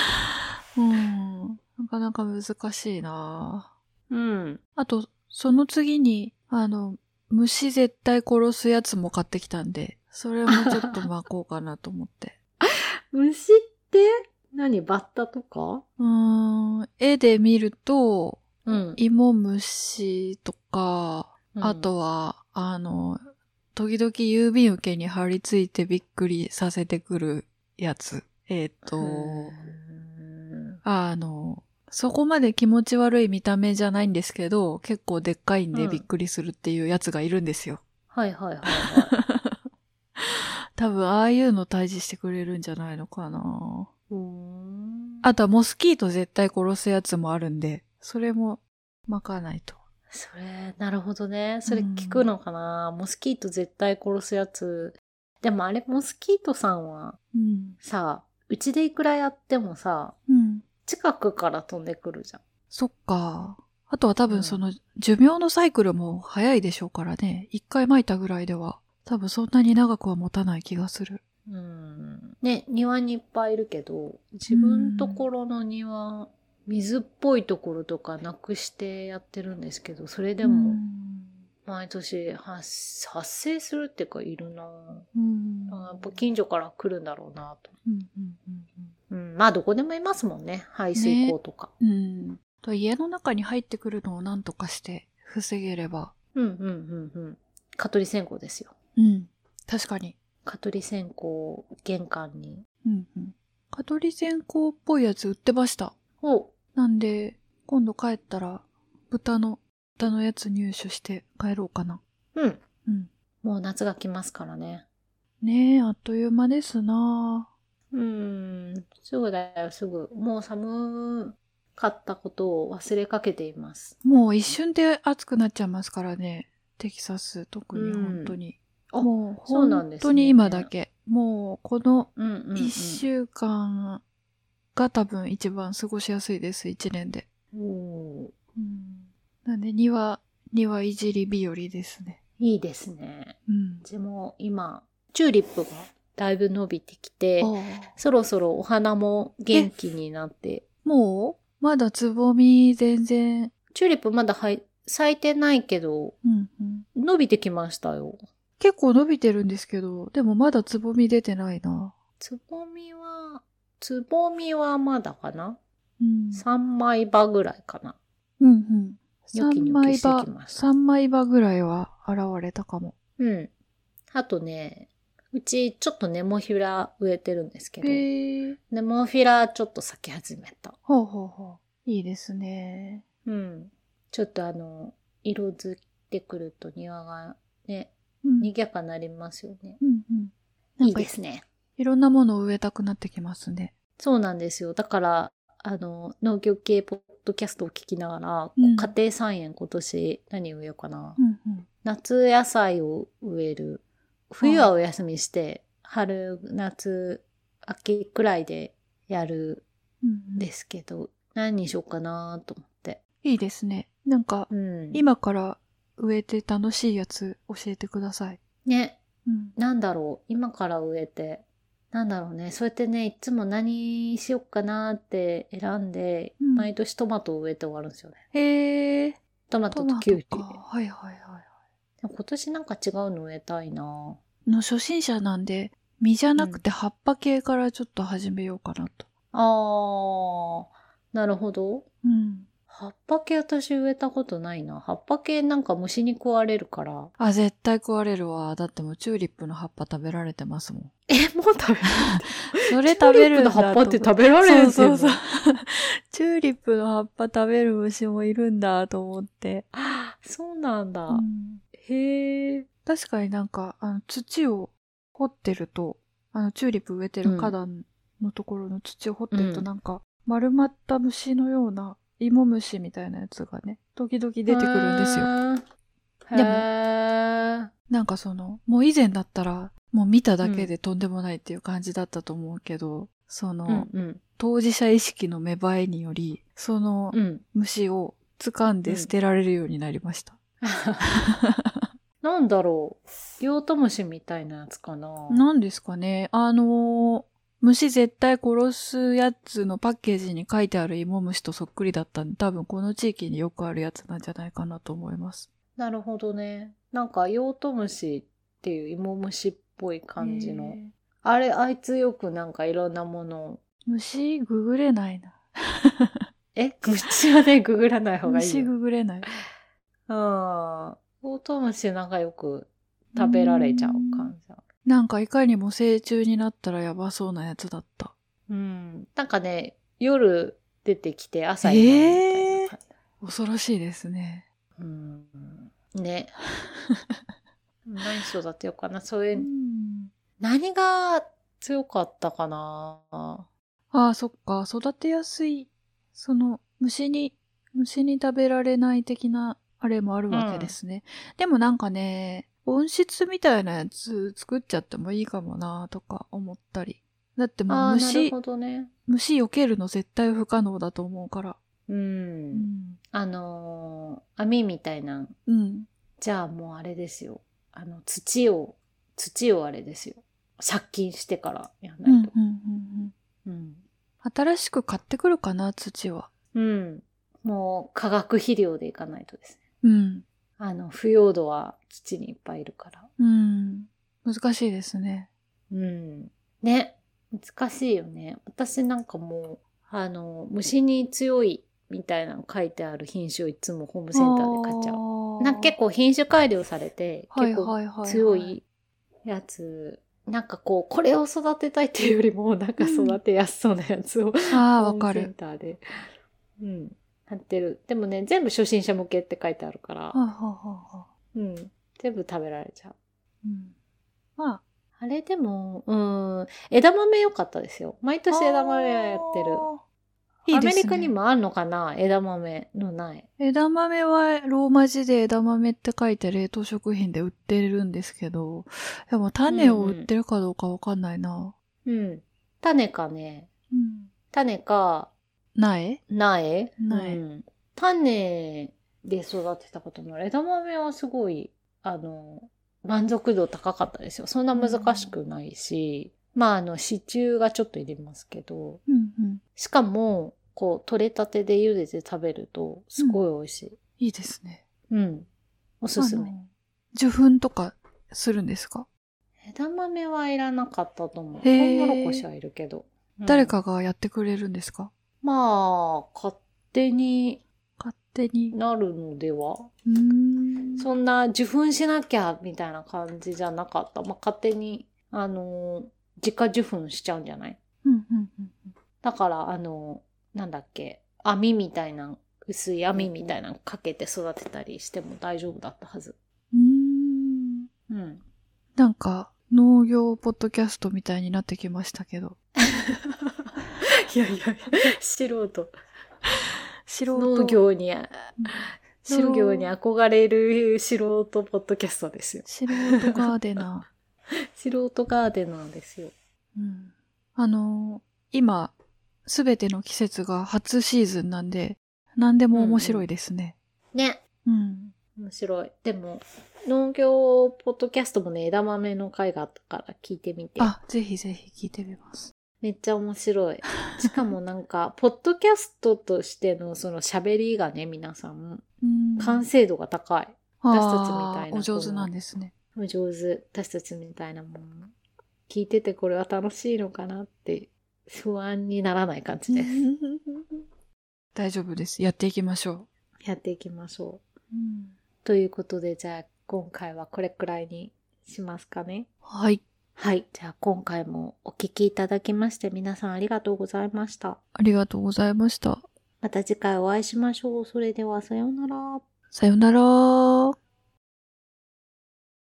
い。
うん。なかなか難しいな
うん。
あと、その次に、あの、虫絶対殺すやつも買ってきたんで、それもちょっと巻こうかなと思って。
虫って何バッタとか
うーん。絵で見ると、
うん。
イモムシとか、
うん
あ、とは、あの、時々郵便受けに張り付いてびっくりさせてくるやつ。えっ、と、
うん
あの、そこまで気持ち悪い見た目じゃないんですけど、結構でっかいんで
うん
びっくりするっていうやつがいるんですよ。
はいはいはい、はい。
多分、ああいうの退治してくれるんじゃないのかな。
うーん
あとは、モスキート絶対殺すやつもあるんで、それも巻かないと。
それ、なるほどね。それ聞くのかな、モスキート絶対殺すやつ。でもあれ、モスキートさんは
うん。
さ、うちでいくらやってもさ、
うん。
近くから飛んでくるじゃん。
そっか。あとは多
う
分
ん
その寿命のサイクルも早いでしょうからね。一回撒いたぐらいでは多分そんなに長くは持たない気がする。
うん。ね、庭にいっぱいいるけど、自分ところの庭、水っぽいところとかなくしてやってるんですけど、それで
う
も、
ん
毎年発発生するっていうかいるなぁ
うん。
あやっぱ近所から来るんだろうなと。
うんうんうん
うん、まあどこでもいますもんね。排水溝とか。
うんうん。あと家の中に入ってくるのを何とかして防げれば。
うんうんうんうん。蚊取り線香ですよ。
うん。確かに。
蚊取り線香を玄関に。
うんうん。蚊取り線香っぽいやつ売ってました。
お
なんで、今度帰ったら豚の、豚のやつ入手して帰ろうかな。
うん。
うん。
もう夏が来ますからね。
ねえ、あっという間ですなあ
うん。すぐだよ、すぐ。もう寒かったことを忘れかけています。
もう一瞬で暑くなっちゃいますからね。テキサス、特に本当に。
あ
もう
そうなん
本
ですね
当に今だけ。もうこの
うんうん、うん。
一週間が多分一番過ごしやすいです、一年で。
おー
うん、なんで庭、庭いじり日和ですね。
いいですね。
うん
う。ちも今、チューリップがだいぶ伸びてきて、
ああ
そろそろお花も元気になって、
もうまだつぼみ全然、
チューリップまだはい咲いてないけど、
うんうん、
伸びてきましたよ。
結構伸びてるんですけど、でもまだつぼみ出てないな。
つぼみは、つぼみはまだかな
うん。
?3 枚葉ぐらいかな。
うんうん。
ニョキニョキ
3枚
して
刃
き、ました。
三枚刃ぐらいは現れたかも。
うん。あとね、うちちょっとネモフィラ植えてるんですけど、
へえ。
ネモフィラちょっと咲き始めた。
ほうほうほう。いいですね。
うん。ちょっとあの、色づいてくると庭がね、
うん。
賑やかになりますよね。
うんうん。ないん
い
か
ですね。
いろんなものを植えたくなってきますね。
そうなんですよ。だから、あの、農業系ポッドキャストを聞きながら、
うん
家庭菜園今年何植えようかな。
うんうん。
夏野菜を植える。冬はお休みして、春、夏、秋くらいでやる
うん
ん
うん、
ですけど、何にしようかなと思って。
いいですね。なんか、
うん。、
今から植えて楽しいやつ教えてください。
ね、
うん。
なんだろう、今から植えて、なんだろうね、そうやってね、いつも何しよっかなって選んで、
うん
毎年トマトを植えて終わるんですよね。
へえ。
トマ
ト
トと
マ
キュ
ト
ウリ。
か。はいはいはい。
でも今年なんか違うの植えたいな
の初心者なんで、実じゃなくて葉っぱ系からちょっと始めようかなと。
あー、なるほど。
うん。
葉っぱ系私植えたことないな。葉っぱ系なんか虫に食われる から。
あ、絶対食われるわ。だってもうチューリップの葉っぱ食べられてますもん。
え、もう食べ
それ食べるんだ
の
と思
葉っぱって食べられるん
そうそうそう。チューリップの葉っぱ食べる虫もいるんだと思って。
そうなんだ。
うん
へえ。
確かになんか、あの、土を掘ってると、あの、チューリップ植えて
う
る
ん
花壇のところの土を掘ってると、
うん
なんか、丸まった虫のような、芋虫みたいなやつがね、時々出てくるんです
へ
よ。
ー。
でも
も、
なんかその、もう以前だったら、もう見ただけでとんでもないっていう感じだったと思うけど、その、
うんうん。
当事者意識の芽生えにより、その
うん。
虫を掴んで捨てられるようになりました。
なんだろう。ヨウトムシみたいなやつかな。
なんですかねあのー虫絶対殺すやつのパッケージに書いてある芋虫とそっくりだったんで、多分この地域によくあるやつなんじゃないかなと思います。
なるほどね。なんか、ヨウトムシっていう芋虫っぽい感じの
え。ー
あれ、あいつよくなんかいろんなものを。
虫ググれないな。
え 虫はね、ググらない方がいい
虫
よ。
ググれな
う
い。
ん。オートムシなんかよく食べられちゃう感じだ。
なんかいかにも成虫になったらやばそうなやつだった。
うん。なんかね、夜出てきて朝になるみたいな感じ。
恐ろしいですね。
うん。ね。 何育てようかな。そういうう、
ん
何が強かったかな。
ああ、そっか。育てやすい。その、虫に、虫に食べられない的な、あれもあるわけですね。でもなんかね、温室みたいなやつ作っちゃってもいいかもなとか思ったり。だっても
ああ、な
う
る
虫
ほ、どね。
虫避けるの絶対不可能だと思うから。
う。
うんん。
あのー網みたいな。
うん。
じゃあもうあれですよ。あの、土を、土をあれですよ。殺菌してからやん
うん。うん。う
ない
ん
と。
う
う
ん。
ん。
新しく買ってくるかな、土は。
うん。もう化学肥料でいかないとですね。
うん。
あの、腐葉土は土にいっぱいいるから。
うん。難しいですね。
うん。ね。難しいよね。私なんかもう、あの、虫に強いみたいなの書いてある品種をいつもホームセンターで買っちゃう。
う
なんか結構品種改良されて、
はい
結
は
構
いはいはい
強いやつ、なんかこう、これを育てたいっていうよりも、なんか育てやすそうなやつを、
ああ、
ホ
わ
ー
か
ムセ
る
ン。ターで、うん、やってる。でもね、全部初心者向けって書いてあるから、
はいはいはいはい。
うん、全部食べられちゃう。
うんまあ、
あれでも、うん、枝豆良かったですよ。毎年枝豆はやってる。
いい
ア
ですね。
メリカにもあんのかな枝豆のない。
枝豆はローマ字で枝豆って書いて冷凍食品で売ってるんですけど、でも種を売ってるかどうかわかんないな。
うん。種かね、
うん。
種か、
苗
苗
苗
うん、種で育てたこともある枝豆はすごいあの満足度高かったですよそんな難しくないし、まああの支柱がちょっといりますけど
うんうん。
しかもこう取れたてで茹でて食べるとすごい美味しい
いいですね。
うん、おすす
あ
め
の。受粉とかするんですか
枝豆はいらなかったと思う。ト
へ
ウ
ー
モロコシはいるけど。うん
誰かがやってくれるんですか
まあ、勝手に
勝手に。
なるのでは
うーん。
そんな受粉しなきゃみたいな感じじゃなかった。まあ、勝手に、あのー自家受粉しちゃうんじゃない
うんうんうん
だから、あのーなんだっけ、網みたいな、薄い網みたいなのかけて育てたりしても大丈夫だったはず。
うん。うーん。
うん。
なんか、農業ポッドキャストみたいになってきましたけど。
いやいや、 素人。
素
農業に、
素人
農業に憧れる素人ポッドキャストですよ。
素人ガーデ ナ
素人ガーデナーですよ。
ー。うん。あのー今、すべての季節が初シーズンなんで、何でも面白いですね。
ね。
うん。
面白い。でも、農業ポッドキャストもね、枝豆の回があったから聞いてみて。
あ、ぜひぜひ聞いてみます。
めっちゃ面白い。しかもなん か、ポッドキャストとしてのその喋りがね、皆さん、
うん
完成度が高い。私たちみたいな
あーお上手なんです ね。
お上手。私たちみたいなもん。聞いててこれは楽しいのかなって、不安にならない感じです。
大丈夫です。やっていきましょ
やっていきましょう。
う。
ということで、じゃあ、今回はこれくらいにしますかね。
はい。
はい。じゃあ今回もお聞きいただきまして皆さんありがとうございました。
ありがとうございました。
また次回お会いしましょう。それではさようなら。
さよなら。